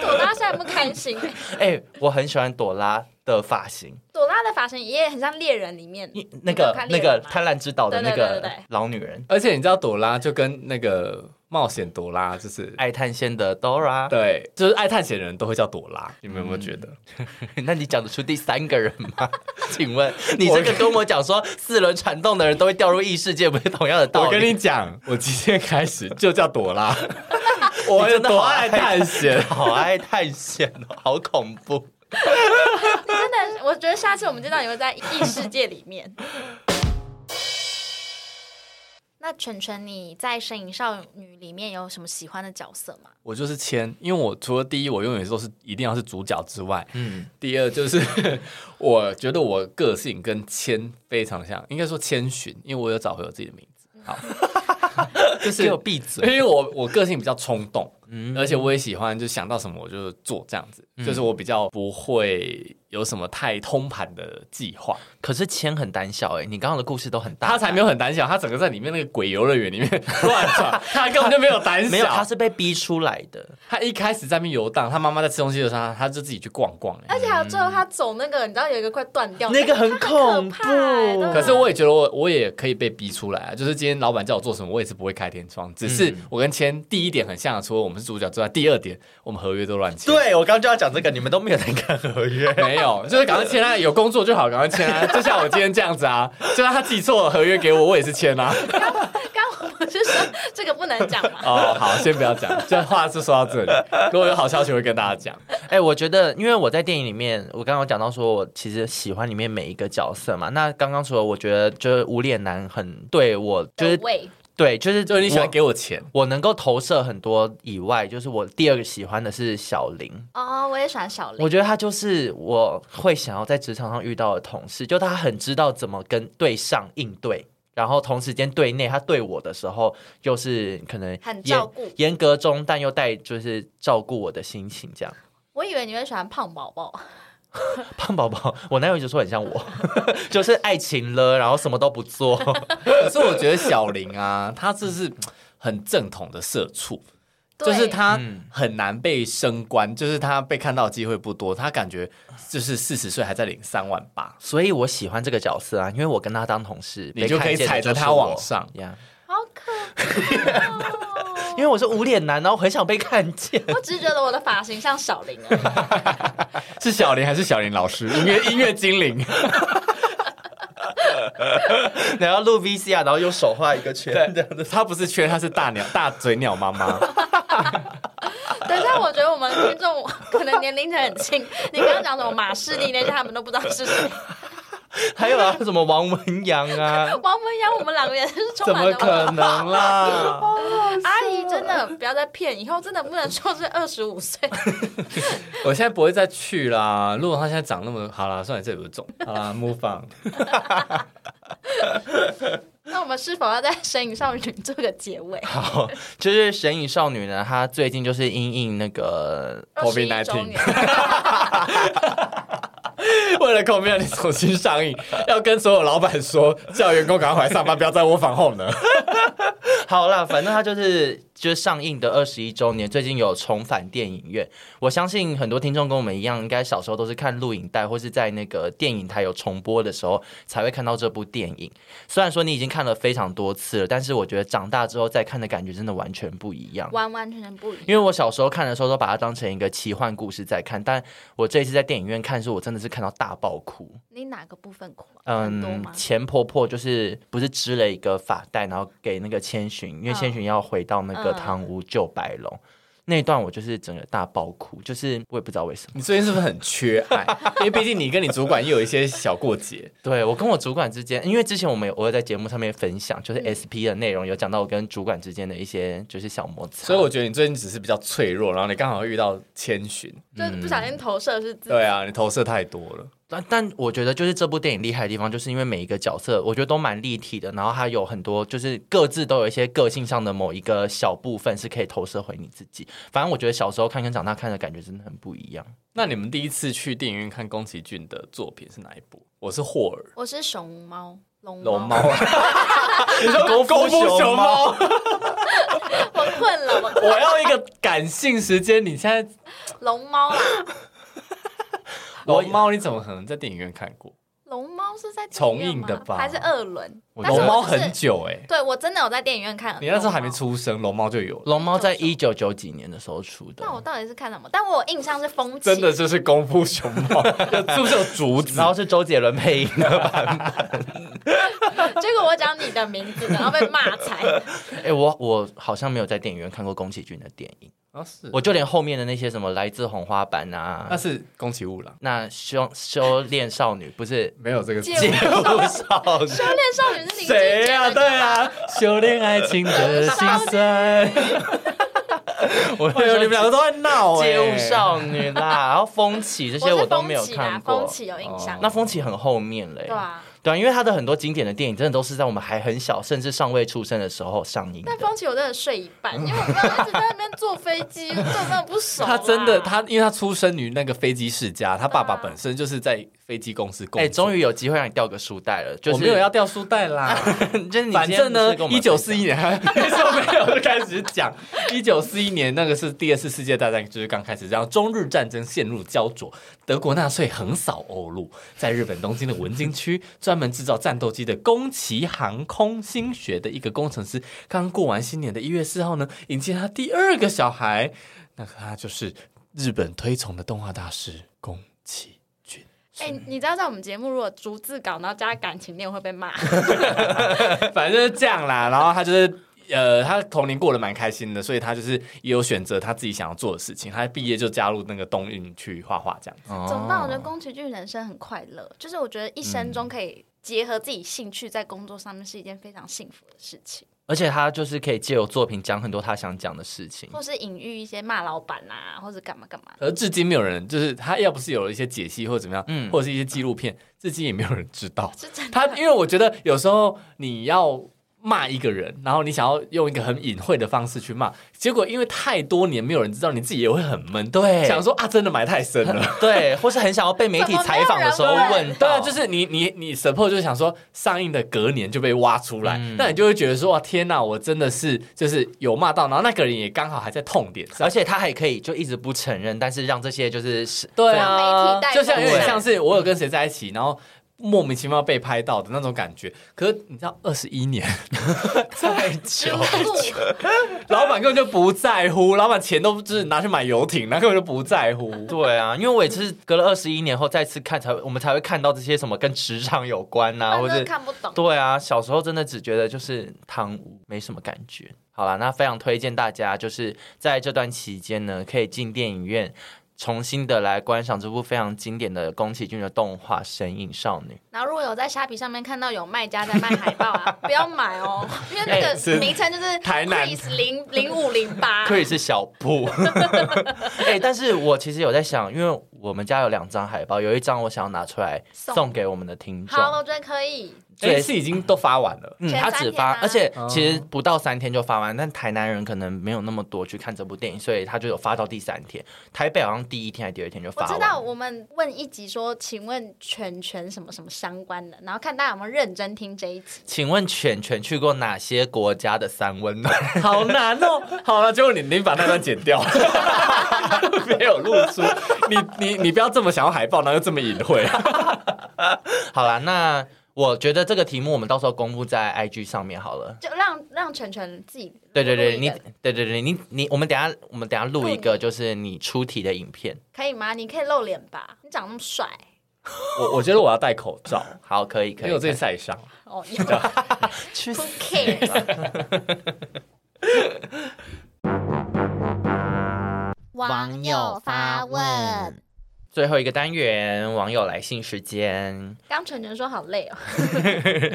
B: 朵拉现在不开心 哎。
C: 哎，我很喜欢朵拉的发型，
B: 朵拉的发型也很像猎人里面，
C: 你那
B: 你有
C: 个
B: 看猎
C: 那
B: 人
C: 个
B: 吗
C: 贪婪之岛的那
B: 对对对对
C: 个
B: 对
C: 老女人，
A: 而且你知道朵拉就跟那个冒险朵拉就是。
C: 爱探险的 Dora。
A: 对，就是爱探险的人都会叫朵拉，你们有没有觉得？
C: 那你讲得出第三个人 吗？请问你这个跟我讲说四轮传动的人都会掉入异世界，不是同样的道理？
A: 我跟你讲，我今天开始就叫朵 拉，我
C: 你
A: 有
C: 真的
A: 多
C: 好。
A: 爱探险
C: 好爱探险哦，好恐怖！
B: 真的，我觉得下次我们见到你会在异世界里面。 那晨晨，你在《身影少女》里面有什么喜欢的角色吗？
A: 我就是签，因为我除了第一，我永远都是一定要是主角之外，
C: 嗯，
A: 第二就是 我觉得我个性跟谦非常像，应该说谦逊，因为我有找回我自己的名字。 好，
C: 就是给我闭嘴。
A: 因为我我个性比较冲动，
C: 嗯
A: 而且我也喜欢就想到什么我就做这样子，就是我比较不会有什么太通盘的计划。
C: 可是千很胆小哎、你刚刚的故事都很大，
A: 他才没有很胆小，他整个在里面那个鬼游乐园里面 乱闯，他根本就没有胆小。
C: 没有，他是被逼出来的。
A: 他一开始在那边游荡，他妈妈在吃东西的时候，他他就自己去逛逛、欸
B: 而且还有最后他走那个，你知道有一个快断掉，
C: 嗯那个很恐
B: 可怕欸
C: 怖
B: 对
A: 可是我也觉得我我也可以被逼出来啊，就是今天老板叫我做什么，我也是不会开天窗。只
C: 嗯
A: 是我跟千第一点很像，除了我们是主角之外，第二点我们合约都乱签。
C: 对，我刚刚就要讲这个，你们都没有在看合约。
A: 没有，就是赶快签啊！有工作就好，赶快签啊！就像我今天这样子啊，就算他寄错了合约给我，我也是签啊。。
B: 刚刚我们就说这个不能讲嘛
A: 哦，好，先不要讲，这话就说到这里。如果有好消息，我会跟大家讲。
C: 哎、我觉得，因为我在电影里面，我刚刚有讲到说，我其实喜欢里面每一个角色嘛。那刚刚除了我觉得就是无脸男很对我， 就是
B: 喂，
C: 对，就是
A: 就是你
C: 我
A: 想给我钱，
C: 我能够投射很多以外，就是我第二个喜欢的是小林，
B: 哦，我也喜欢小林
C: 我，觉得他就是我会想要在职场上遇到的同事，就他很知道怎么跟对上应对，然后同时间对内他对我的时候，又是可能
B: 很
C: 严
B: 照顾
C: 严格中，但又带就是照顾我的心情这样。
B: 我以为你会喜欢胖宝宝，
C: 胖宝宝，我男友一直说很像我， 就是爱情了，然后什么都不做。
A: 可是我觉得小林啊，他这是很正统的社畜，就
B: 对
A: 是他
C: 嗯
A: 很难被升官，就是他被看到的机会不多，他感觉就是四十岁还在领三万八，
C: 所以我喜欢这个角色啊，因为我跟他当同事，
A: 你就可以踩着他往上。
C: 呀。
B: 好可爱哦
C: 因为我是无脸男，然后很想被看见。
B: 我只是觉得我的发型像小林而已。
A: 是小林还是小林老师？音乐音乐精灵，
C: 然后录 VCR，然后用手画一个圈，这样子。
A: 他不是缺，他 是大鸟大嘴鸟妈妈。
B: 等一下，我觉得我们听众可能年龄层很近。你刚刚讲什么马士利那些，他们都不知道是谁。
C: 还有啊，什么王文洋啊，
B: 王文洋，我们两个也是充
C: 怎
B: 满
C: 么
B: 了
C: 可能啦？
B: 阿姨真的不要再骗，以后真的不能说是二十五岁。
A: 我现在不会再去啦。如果他现在长那么好啦，算了，这也不是重点。好啦，move on。
B: 那我们是否要在《神隐少女》做个结尾？
C: 好， 就是神隐少女呢，她最近就是因应那个
B: 21
A: COVID-19
B: 周年，
A: 为了 COVID 重新上映， 要跟所有老板说，叫员工赶快回来上班，不要在我返后呢。
C: 好啦，反正它就是就是上映的二十一周年，最近有重返电影院。我相信很多听众跟我们一样，应该小时候都是看录影带，或是在那个电影台有重播的时候才会看到这部电影。虽然说你已经看了非常多次了，但是我觉得长大之后再看的感觉真的完全不一样。
B: 完完全全不一样。
C: 因为我小时候看的时候都把它当成一个奇幻故事在看，但我这一次在电影院看的时候，我真的是看到大爆哭。
B: 你哪个部分苦啊？很多
C: 嗯
B: 吗，？
C: 钱婆婆就是不是织了一个发带，然后给那个千寻，因为
B: 嗯
C: 千寻要回到那个
B: 嗯
C: 堂屋救白龙。那一段我就是整个大爆哭，就是我也不知道为什么。
A: 你最近是不是很缺爱？因为毕竟你跟你主管也有一些小过 节。
C: 对我跟我主管之间，因为之前我们有我有在节目上面分享，
B: 嗯
C: 就是 SP 的内容有讲到我跟主管之间的一些就是小摩擦，
A: 所以我觉得你最近只是比较脆弱，然后你刚好遇到千 寻，
B: 就是不小心投射是自己。
A: 嗯对啊，你投射太多了。
C: 但但我觉得就是这部电影厉害的地方，就是因为每一个角色我觉得都蛮立体的，然后它有很多就是各自都有一些个性上的某一个小部分是可以投射回你自己。反正我觉得小时候看跟长大看的感觉真的很不一样。
A: 那你们第一次去电影院看宫崎骏的作品是哪一部？我是霍尔。
B: 我是熊猫，龙
A: 龙猫
B: 猫。，
A: 你说
C: 功夫熊猫？
B: 我困了，我
A: 我要一个感性时间。你现在
B: 龙猫啦，
C: 我
A: 龙猫你怎么可能在电影院看过？
B: 龙猫是在电影
A: 重
B: 院
A: 映
B: 吗
A: 的吧
B: 还是二轮？
C: 我
B: 但是
A: 龙
B: 我
A: 猫
B: 就是
A: 很久哎、
B: 对我真的有在电影院看。
A: 你那时候还没。出生，龙猫就有了。
C: 龙猫在一九九几年的时候出的
B: 那，我到底是看什么？但我有印象是风起，
A: 真的就是功夫熊猫，是不是有竹子
C: 然？后是周杰伦配音 的版本。
B: 结果我讲你的名字，然后被骂 惨。
C: 哎、我我好像没有在电影院看过宫崎骏的电影，
A: 啊是，
C: 我就连后面的那些什么来自红花坂啊，
A: 那是宫崎吾郎，
C: 那修修炼少女不是
A: 没有这个字。
B: 戒
C: 不少女
B: 修炼少女是林 俊
A: 谁
B: 杰
A: 呀、
B: 的
A: 对啊，修炼爱情的心酸。
C: 我
A: 哎呦，你们两个都在闹哎、
C: 街舞少女啊啦，然后风起这
B: 我
C: 些
B: 是
C: 我都
B: 风
C: 没有
B: 起啦
C: 看
B: 风
C: 过。
B: 起有印象。
A: 哦
C: 那风起很后面嘞、
B: 对啊，
A: 嗯
C: 对啊，因为他的很多经典的电影真的都是在我们还很小，甚至尚未出生的时候上映的
B: 但。风起我真的睡一 半，因为我刚刚一直在那边坐飞机，坐真的不熟啦。啊
A: 他真的，他因为他出生于那个飞机世家，他爸爸本身就是在飞机公司工作。
C: 哎、终于有机会让你掉个书袋了，就是
A: 我没有要，掉书袋啦。
C: 就是你今天
A: 反正
C: 不
A: 呢
C: 是跟，我
A: 一
C: 们
A: 九
C: 分享
A: 四一年 还没说没有就开始讲，一九四一年那个是第二次世界大战，就是刚开始，然后中日战争陷入焦灼，德国纳粹横扫欧陆，在日本东京的文京区，专门制造战斗机的宫崎航空新学的一个工程师，刚过完新年的一月四号呢，迎接他第二个小孩，那个他就是日本推崇的动画大师宫崎骏。
B: 哎、你知道在我们节目如果逐字稿，然后加感情链会被骂。
A: 反正就是这样啦。然后他就是。呃，他童年过得蛮开心的，所以他就是也有选择他自己想要做的事情。他毕业就加入那个东运去画画，这样子。
B: 总
C: 哦
B: 之，我觉得宫崎骏人生很快乐，就是我觉得一生
A: 嗯
B: 中可以结合自己兴趣在工作上面是一件非常幸福的事情，
C: 而且他就是可以借由作品讲很多他想讲的事情。
B: 或是隐喻一些骂老板啊，或者干嘛干嘛。
A: 而至今没有人，就是他要不是有一些解析或者怎么样，
C: 嗯
A: 或者是一些纪录片，至今也没有人知道
B: 是真的
A: 他。因为我觉得有时候你要骂一个人，然后你想要用一个很隐晦的方式去骂，结果因为太多年没有人知道，你自己也会很闷，
C: 对
A: 想说啊，真的埋太深了。
C: 对， 或是很想要被媒体采访的时
B: 怎
C: 候
B: 么没有人
C: 问
B: 问
C: 到，
A: 对啊，就是你你你 support 就想说上映的隔年就被挖出来，
C: 嗯
A: 那你就会觉得说哇天哪，我真的是就是有骂到，然后那个人也刚好还在痛点上
C: 而，且他还可以就一直不承认，但是让这些就是是
A: 对啊
B: 让媒体带，
A: 就像有点
C: 风
A: 像是我有跟谁在一起，然后。莫名其妙被拍到的那种感觉，可是你知道，二十一年，
C: 太久
B: 不
C: 啊
A: 老板根本就不在乎，老板钱都就是拿去买游艇，那根本就不在乎。
C: 对啊，因为我也是隔了二十一年后再次看才，我们才会看到这些什么跟职场有关 呐、
B: 我
C: 或
B: 真的
C: 者
B: 看不懂。
C: 对啊，小时候真的只觉得就是汤屋没什么感觉。好啦，那非常推荐大家，就是在这段期间呢，可以进电影院。重新的来观赏这部非常经典的宫崎骏的动画《神隐少 女》。
B: 然后如果有在虾皮上面看到有卖家在卖海报啊，不要买哦，因为那
C: 哎
B: 个
A: 是
B: 名称就是
A: 台南
B: Chris 零零五零八。
C: 克里 是小布，哎、但是我其实有在想，因为我们家有两张海报，有一张我想要拿出来
B: 送
C: 送给我们的听众，
B: 好，我觉得可以。
A: 这
C: 对
A: 哎次已经都发完了。
C: 嗯，
B: 前
C: 他
B: 三
C: 只
B: 天
C: 发
B: 啊，
C: 而且
A: 哦
C: 其实不到三天就发完，但台南人可能没有那么多去看这部电影，所以他就有发到第三天。台北好像第一天还是第二天就
B: 我
C: 发
B: 知
C: 完。
B: 道我们问一集说，请问全全什么什么相关的，然后看大家有没有认真听这一集。
C: 请问犬犬去过哪些国家的三温暖？
A: 好难哦。好了，结果你你把那段剪掉， 没有露出。你你你不要这么想要海报，然后又这么隐晦。
C: 好啦，那我觉得这个题目我们到时候公布在 IG 上面好了。
B: 就让让全全自己
C: 对对
B: 录
C: 对，
B: 一
C: 你
B: 个
C: 对对对，你你我们等一下我们等一下录一
B: 录
C: 个
B: 你
C: 就是你出题的影片，
B: 可以吗？你可以露脸吧？你长那么帅
A: 我我觉得我要戴口罩，
C: 好，可以可
A: 因
C: 以。
A: 为我最近
C: 可以
A: 晒伤。
B: 哦，有 Who
C: 去死
B: cares？
D: 网友发问。
C: 最后一个单元，网友来信时间。
B: 刚全全说好累哦，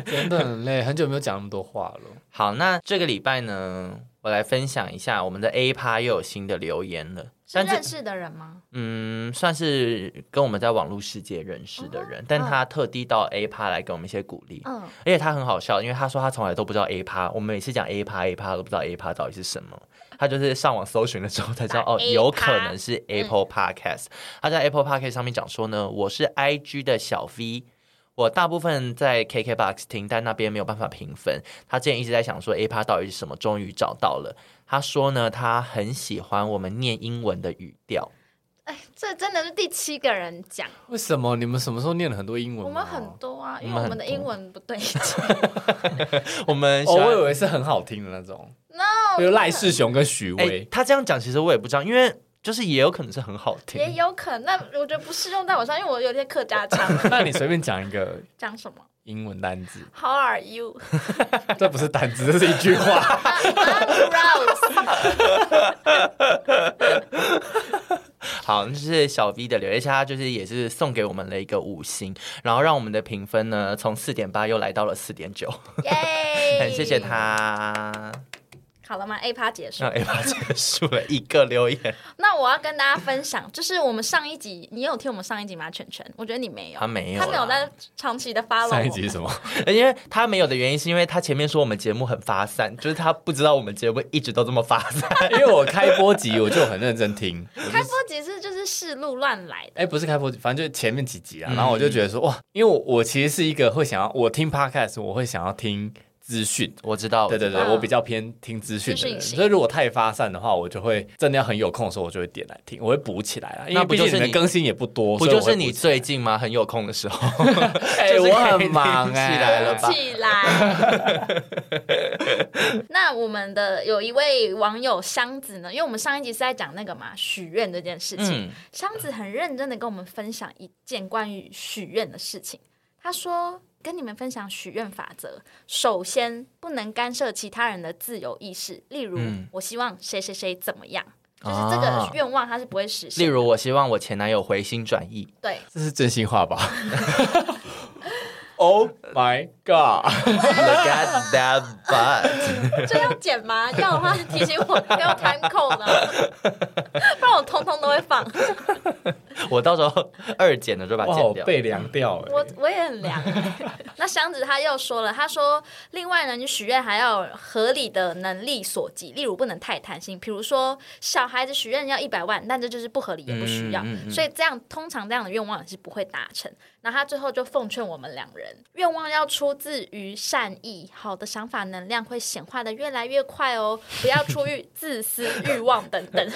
A: 真的很累，很久没有讲那么多话了。
C: 好，那这个礼拜呢，我来分享一下我们的 A 趴又有新的留言了。
B: 是
C: 但这
B: 认识的人吗？
C: 嗯，算是跟我们在网络世界认识的人，但他特地到 A 趴来给我们一些鼓励，
B: 嗯，
C: 而且他很好笑，因为他说他从来都不知道 A 趴，我们每次讲 A 趴 A 趴他都不知道 A 趴到底是什么，他就是上网搜寻了之后才知道，
B: 打
C: 哦，
B: A
C: 有
B: 趴嗯
C: 可能是 Apple Podcast。他在 Apple Podcast 上面讲说呢，我是 IG 的小 V。我大部分在 KKBOX 听，但那边没有办法评分。他之前一直在想说 A 趴到底是什么，终于找到了。他说呢，他很喜欢我们念英文的语调。
B: 哎，这真的是第七个人讲，
A: 为什么你们什么时候念了很多英文吗？
B: 我们很多啊，因
C: 我
B: 为我们
C: 们很
B: 的
C: 多
B: 英文不对劲。
C: 我们
A: 哦，
C: 喜欢
A: 我以为是很好听的那种，
B: No，
A: 比如赖世雄跟许
C: 哎、
A: 巍。
C: 他这样讲，其实我也不知道，因为就是也有可能是很好
B: 也
C: 听。
B: 有可能，那我觉得不适用在我上，因为我有些客家腔。
A: 哎那你随便讲一个
B: 讲什么
A: 英文单字，
B: ？How are you?
A: 这不是单字，这是一句 话。
B: I'm Rose。
C: 好，那就是小 V 的留言，而且他就是也是送给我们了一个五星，然后让我们的评分呢从四点八又来到了四点九，
B: 耶！
C: 很谢谢。他。
B: 好了吗？A 趴结束
C: 那。A 八结束了一个留言，
B: 那我要跟大家分享，就是我们上一集，你有听我们上一集吗？全全，我觉得你没有，
C: 他没有啦，呃
B: 他没有在长期的 follow 我。
A: 上一集是什么？
C: 因为他没有的原因是因为他前面说我们节目很发散，就是他不知道我们节目一直都这么发散。
A: 因为我开播集我就很认真 听，我就
B: 开播集是就是试录乱来的，
A: 哎、不是开播，反正就前面几集啊。
C: 嗯
A: 然后我就觉得说，哇，因为我我其实是一个会想要我听 podcast，我会想要听资讯。
C: 我哦知道，
A: 对对对，
B: 嗯
A: 我比较偏听资讯的人，
B: 资讯型
A: 所以如果太发散的话，我就会真的要很有空的时候，我就会点来听，我会补起来啦。因为
C: 那不
A: 毕
C: 就
A: 竟
C: 是
A: 你们
C: 你
A: 更新也不多，
C: 不
A: 所以
C: 就
A: 我会
C: 是你
A: 补起
C: 最近吗？很有空的时候。
A: 来？哎、
C: 就是可以
A: 我很忙
C: 听起
A: 哎、
C: 来了吧
B: 起来。 那我们的有一位网友箱子呢，因为我们上一集是在讲那个嘛许愿这件事情，
C: 嗯，
B: 箱子很认真的跟我们分享一件关于许愿的事情。他说：“跟你们分享许愿法则，首先不能干涉其他人的自由意识，例如、
C: 嗯
B: 我希望谁谁谁怎么样，就是
C: 啊
B: 这个愿望它是不会实
C: 例
B: 现。
C: 如我希望我前男友回心转意。
B: 对，
A: 这是真心话吧 ？Oh my god！
C: Look at that butt！
B: 这要剪吗？要的话提醒我不要贪扣 呢，不然我通通都会放。
C: 我到时候二剪了就把它
A: 哇，我
C: 剪掉。
A: 被凉掉哎、
B: 我我也很凉。欸 那箱子他又说了，他说另外呢，你许愿还要有合理的能力所及，例如不能太贪心，比如说小孩子许愿要一百万，但这就是不合理，也不需要，
C: 嗯嗯嗯
B: 所以这样通常这样的愿望也是不会达成。那他最后就奉劝我们两人，愿望要出自于善意，好的想法能量会显化的越来越快 哦，不要出于自私欲望等等。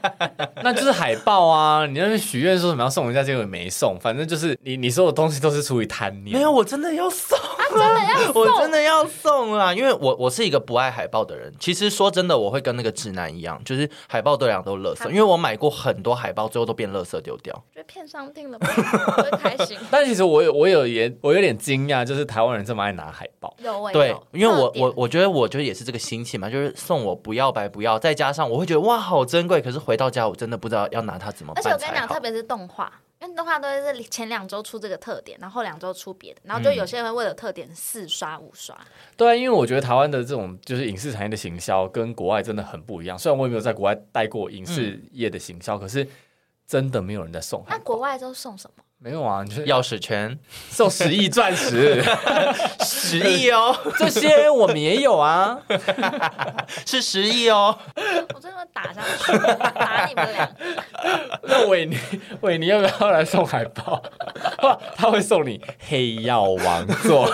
A: 那就是海报啊！你那边许愿说什么要送人家，结果也没送，反正就是你你说的东西都是出于贪念。
C: 没有，我真的要送。
B: 他真的要
C: 我
B: 送
C: 真的要送啦，因为我我是一个不爱海报的人。其实说真的，我会跟那个直男一样，就是海报对两都垃圾，因为我买过很多海报，最后都变垃圾丢掉。
B: 觉得骗上定了吧，我会开心。
A: 但其实我有我有也我有点惊讶，就是台湾人这么爱拿海报。
B: 有哎、
C: 对
B: 有，
C: 因为我
B: 特点
C: 我我觉得我就是也是这个心情嘛，就是送我不要白不要，再加上我会觉得哇好珍贵，可是回到家我真的不知道要拿它怎么
B: 而且我
C: 哦办
B: 跟你
C: 才
B: 讲，
C: 好
B: 特。别是动画，因为动画都是前两周出这个特点，然后后
C: 嗯
B: 两周出别的，然后就有些人会为了特点四刷五刷。
A: 对啊，因为我觉得台湾的这种就是影视产业的行销跟国外真的很不一样。虽然我也没有在国外待过影视业的行销，可是真的没有人在送海
B: 那
A: 报。
B: 国外都送什 么？
A: 没有啊，你就是
C: 钥匙圈
A: 送十亿钻石，
C: 十 亿哦，
A: 这些我们也有啊。
C: 是十亿哦，
B: 我真的会打上去，打你们 俩！
A: 那伟尼，伟尼要不要来送海报？ 哇他会送你黑曜王座。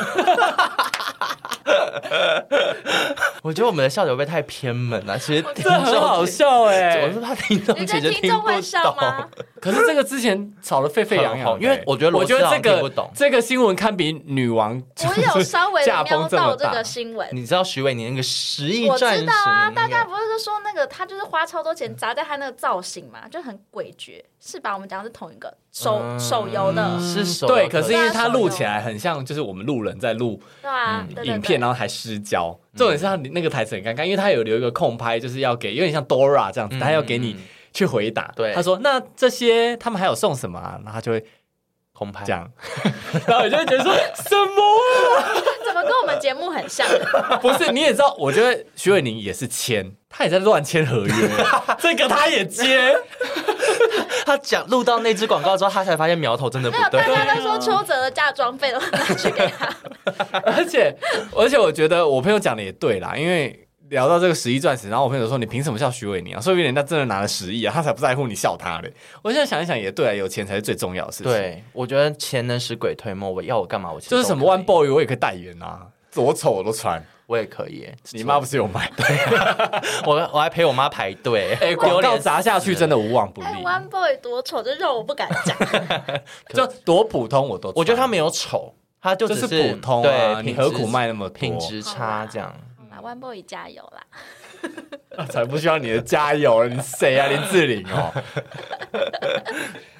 C: 我觉得我们的笑点会不会太偏门了、其实听
A: 这很好
C: 众。
A: 笑哎、
C: 我是怕听众
B: 你
C: 其
B: 觉
C: 实
B: 得
C: 听
B: 听
C: 不
B: 众
C: 懂
B: 会笑 吗？
A: 可是这个之前吵得沸沸扬
C: 很
A: 扬
C: 红
A: 的，
C: 因为我觉得罗
A: 我觉
C: 志
A: 得
C: 祥
A: 这
C: 听不
A: 个
C: 懂
A: 这个新闻堪比女王，
B: 我有稍微
A: 驾
B: 的
A: 崩
B: 瞄
A: 这么
B: 到
A: 大
B: 这个新闻。
C: 你知道徐伟你那个十亿
B: 我
C: 战
B: 知
C: 神
B: 道啊，
C: 那个
B: 大家不是都说那个他就是花超多钱砸在他那个造型嘛，就很诡谲，是吧？我们讲的是同一个手、
C: 嗯
B: 手游的，
C: 是手
A: 对，
C: 游
A: 可是因为它
B: 大家手游
A: 录起来很像，就是我们路人在录
B: 对啊，
C: 嗯
B: 对对
A: 影片，然
B: 对
A: 后还失焦。重点是它那个台词很尴尬，因为它有留一个空拍，就是要给有点像 Dora 这样子，
C: 嗯
A: 它要给你
C: 嗯
A: 去回答。
C: 对
A: 他说那这些他们还有送什么啊？然后他就会
C: 空拍
A: 这 样，然后我就会觉得说什么
B: 怎么跟我们节目很 像？
A: 啊？ 不是，你也知道，我觉得徐伟宁也是签，他也在乱签合 约，这个他也接。
C: 他讲录到那支广告之后，他才发现苗头真的不
B: 没有，
C: 对
B: 啊大。家都说邱泽的嫁妆费都拿去给他，
A: 而且而且我觉得我朋友讲的也对啦，因为聊到这个十亿钻石，然后我朋友说你凭什么笑徐伟宁啊？说不定人家真的拿了十亿啊，他才不在乎你笑他嘞。我现在想一想也对啊，有钱才是最重要的事情。，
C: 对，我觉得钱能使鬼推磨，我要我干嘛？我其实
A: 就是
C: 都
A: 什么
C: 可以
A: One Boy 我也可以代言啊，多丑我都穿。
C: 我也可以。
A: 你妈不是有买？
C: 我我还陪我妈排队，
A: 哎，广告砸下去真的无往不利
B: 哎，，One Boy 多丑，这肉我不敢讲。
A: 就多普通我都穿。
C: 我觉得他没有丑，他就
A: 就
C: 只
A: 是普通啊，
C: 对，
A: 你
C: 品
A: 何
C: 质
A: 苦卖那么多
C: 品质差这样？
B: 好啦，One Boy 加油啦！
A: 才不需要你的加油了，你谁 啊？林志玲哦，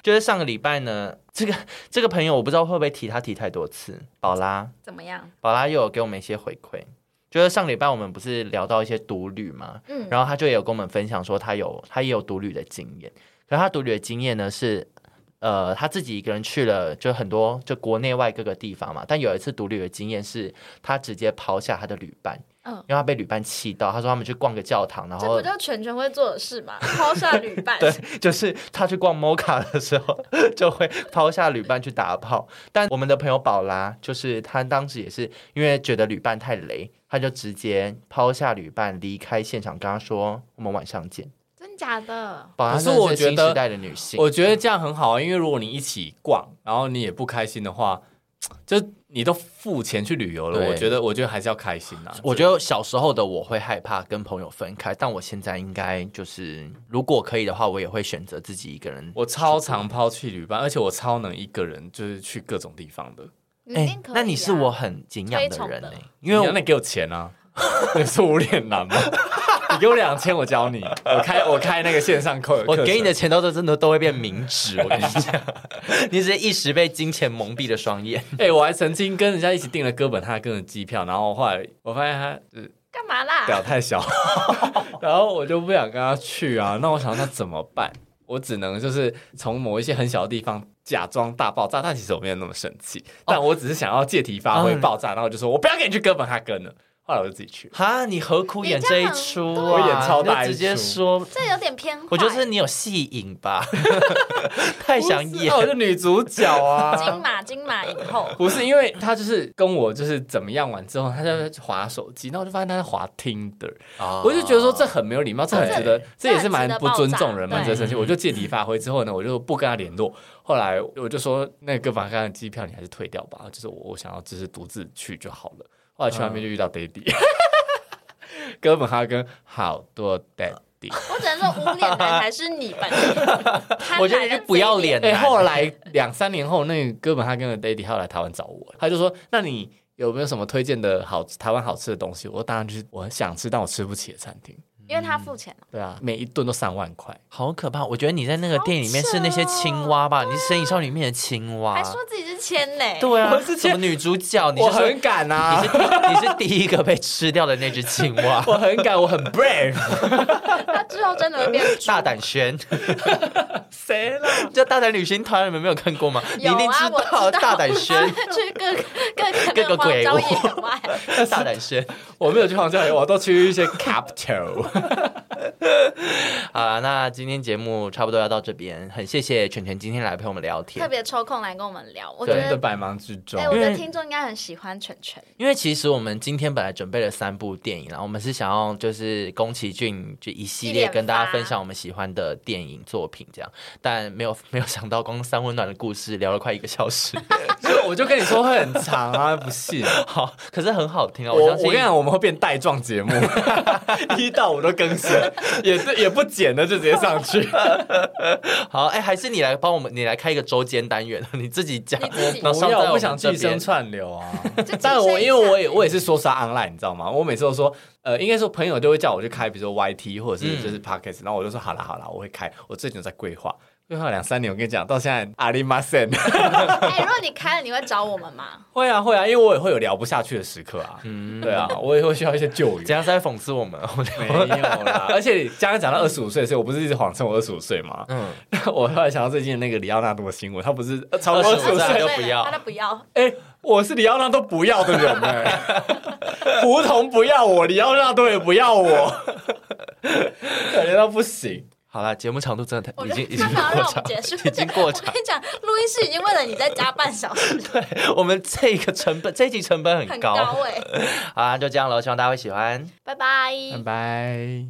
C: 就是上个礼拜呢，这个这个朋友我不知道会不会提他提太多次，宝拉，
B: 怎么样？
C: 宝拉又有给我们一些回馈，就是上礼拜我们不是聊到一些独旅嘛，
B: 嗯，
C: 然后他就有跟我们分享说他有他也有独旅的经验，可是他独旅的经验呢是。呃，他自己一个人去了，就很多就国内外各个地方嘛。但有一次独旅的经验是，他直接抛下他的旅伴，
B: 嗯
C: 因为他被旅伴气到。他说他们去逛个教堂，然
B: 这
C: 后
B: 不就全全会做的事 嘛，抛下旅伴。
C: 对， 就是他去逛 MOCA 的时候，就会抛下旅伴去打炮。但我们的朋友宝拉，就是他当时也是因为觉得旅伴太雷，他就直接抛下旅伴离开现场，跟他说：“我们晚上见。
B: 真假的”？
C: 宝拉
A: 可是
C: 真的
A: 我觉
C: 新
A: 得
C: 时代的女性，
A: 我觉得这样很好啊，因为如果你一起逛，然后你也不开心的话，就你都付钱去旅游了，
C: 对
A: 我觉得我觉得还是要开心啊。
C: 我觉得小时候的我会害怕跟朋友分开，但我现在应该就是，如果可以的话，我也会选择自己一个人。
A: 我超常抛弃旅伴，而且我超能一个人就是去各种地方的。
B: 你
C: 哎、
B: 一定可以啊
C: 那你是我很敬仰
B: 推
C: 的
B: 崇
C: 人呢、
B: 的
C: 因为
A: 你
C: 我
A: 要那你给我钱啊， 你是无脸男吗？ 你给我两千，我教你。我开我开那个线上课，
C: 我给你的
A: 课
C: 钱都都真的都会变明 纸，我跟你讲，你只是一时被金钱蒙蔽了双 眼。
A: 程。哎、我还曾经跟人家一起订了哥本哈根的机票，然后后来我发现他呃
B: 干嘛 啦？
A: 表太小，然后我就不想跟他去啊。那我想那怎么办？我只能就是从某一些很小的地方假装大爆炸，但其实我没有那么生气，但我只是想要借题发挥
C: 嗯
A: 爆炸，然后我就说我不要跟你去哥本哈根了。后来我就自己去了，
C: 哈，你何苦演这一出啊？
A: 我演超大一
C: 你就直接
A: 出
C: 说，
B: 这有点偏坏。
C: 我就是你有戏瘾 吧，太想
A: 不是
C: 演
A: 啊。我是女主角
B: 金
A: 啊。
B: 马金马影后，
A: 不是，因为他就是跟我就是怎么样完之后，他在划手机，那我就发现他在划 Tinder，我
C: 哦啊
A: 就觉得说这很没有礼貌，这很值得，这也是蛮不尊重人，
B: 这很值得爆炸
A: 蛮值得生气。
C: 对
A: 我就借题发挥之后呢，我就不跟他联络。后来我就说，那个哥本哈根的机票你还是退掉吧，就是我我想要就是独自去就好了。后来去那边
C: 嗯
A: 就遇到 Daddy，、哥本哈根好多 Daddy。
B: 我只能说无脸男还是你吧。贪婪
C: 我觉得你是不要脸
A: 哎、
C: 男。
A: 后来两三年后，那个哥本哈根的 Daddy 他有来台湾找我，他就说：“那你有没有什么推荐的好台湾好吃的东西？我当然就是我很想吃，但我吃不起的餐厅。
B: 因为他付钱了。
A: 对啊，每一顿都上万块。
C: 好可怕！我觉得你在那个店里面是那些青蛙吧？你是《神隐少女》里面的青蛙
B: 啊还。说自己是千呢、
C: 嗯对啊
A: 我，是
C: 什么女主角？你
A: 我
C: 是说
A: 很敢啊，
C: 你是第一个被吃掉的那只青 蛙
A: ，我很敢，我很 brave。
B: 他之后真的会变猪
C: 大胆宣，
A: 谁啦？
C: 叫大胆旅行团，你们没有看过吗？你一
B: 有
C: 定
B: 啊，我
C: 道，大胆宣，
B: 去各个各个
C: 各个
B: 荒
C: 鬼
B: 郊
C: 屋
B: 野外，
C: 大胆宣。
A: 我没有去黄家园，我都去一些 capital。
C: 好啦，那今天节目差不多要到这边，很谢谢全全今天来陪我们聊
B: 特
C: 天，
B: 别抽空来跟我们聊。我觉
A: 真的
B: 得，
A: 百忙之中
B: 哎、，我
C: 因
B: 的
C: 为
B: 听众应该很喜欢犬 犬。
C: 因为其实我们今天本来准备了三部电影啦，我们是想要就是宫崎骏就一系
B: 一
C: 列
B: 连
C: 跟大家
B: 发
C: 分享我们喜欢的电影作品这样，但没有 没有想到光三温暖的故事聊了快一个小时，
A: 所以我就跟你说会很长啊，不信。
C: 好，可是很好听啊，
A: 我
C: 哎我
A: 我
C: 相信
A: 跟你讲，我们会变带状节目，一到五都更新了，也对也不剪了，就直接上去。
C: 好，哎、还是你来帮我们，你来开一个周间单元，你自己讲
B: 你。自己
C: 那
A: 不
C: 上
A: 要，
C: 在
A: 我不
C: 们
A: 想
C: 这
A: 寄生
C: 边
A: 串流啊。
B: 就谨
A: 但
B: 慎
A: 我
B: 一
A: 因为
B: 下
A: 我也我也是说杀 online，你知道吗？我每次都说，呃，应该说朋友就会叫我去开，比如说 YT 或者是就是 podcast，、然后我就说好啦好啦，我会开，我最近有在规划，规划两三年。我跟你讲，到现在阿里马森
B: 哎、如果你开了，你会找我们 吗？
A: 会啊会啊，因为我也会有聊不下去的时刻啊。
C: 嗯，
A: 对啊，我也会需要一些救援。
C: 怎样是在讽刺我们？
A: 没有啦， 而且刚刚讲到二十五岁，所以我不是一直谎称我二十五岁吗？
C: 嗯，
A: 我突然想到最近那个里奥纳多的新闻，他不是呃超过
C: 25
A: 二十五
C: 岁
A: 岁
C: 就
B: 啊对
C: 不
B: 了
C: 要
B: 他都不要。
A: 哎、我是里奥纳都不要的人哎、 胡同不要我，里奥纳多也不要 我，可怜到不行。
C: 好了，节目长度真的
B: 我
C: 太已
B: 觉得
C: 经已
B: 他
C: 经
B: 们要
C: 过
B: 让我们
C: 长，
B: 结束，
C: 已经过
B: 我
C: 长。
B: 跟你讲，录音室已经为了你再加半小 时，
C: 我们这个成本，这一集成本很
B: 很
C: 高。
B: 高哎、
C: 好啦，就这样了，希望大家会喜欢。
B: 拜拜。
A: 拜。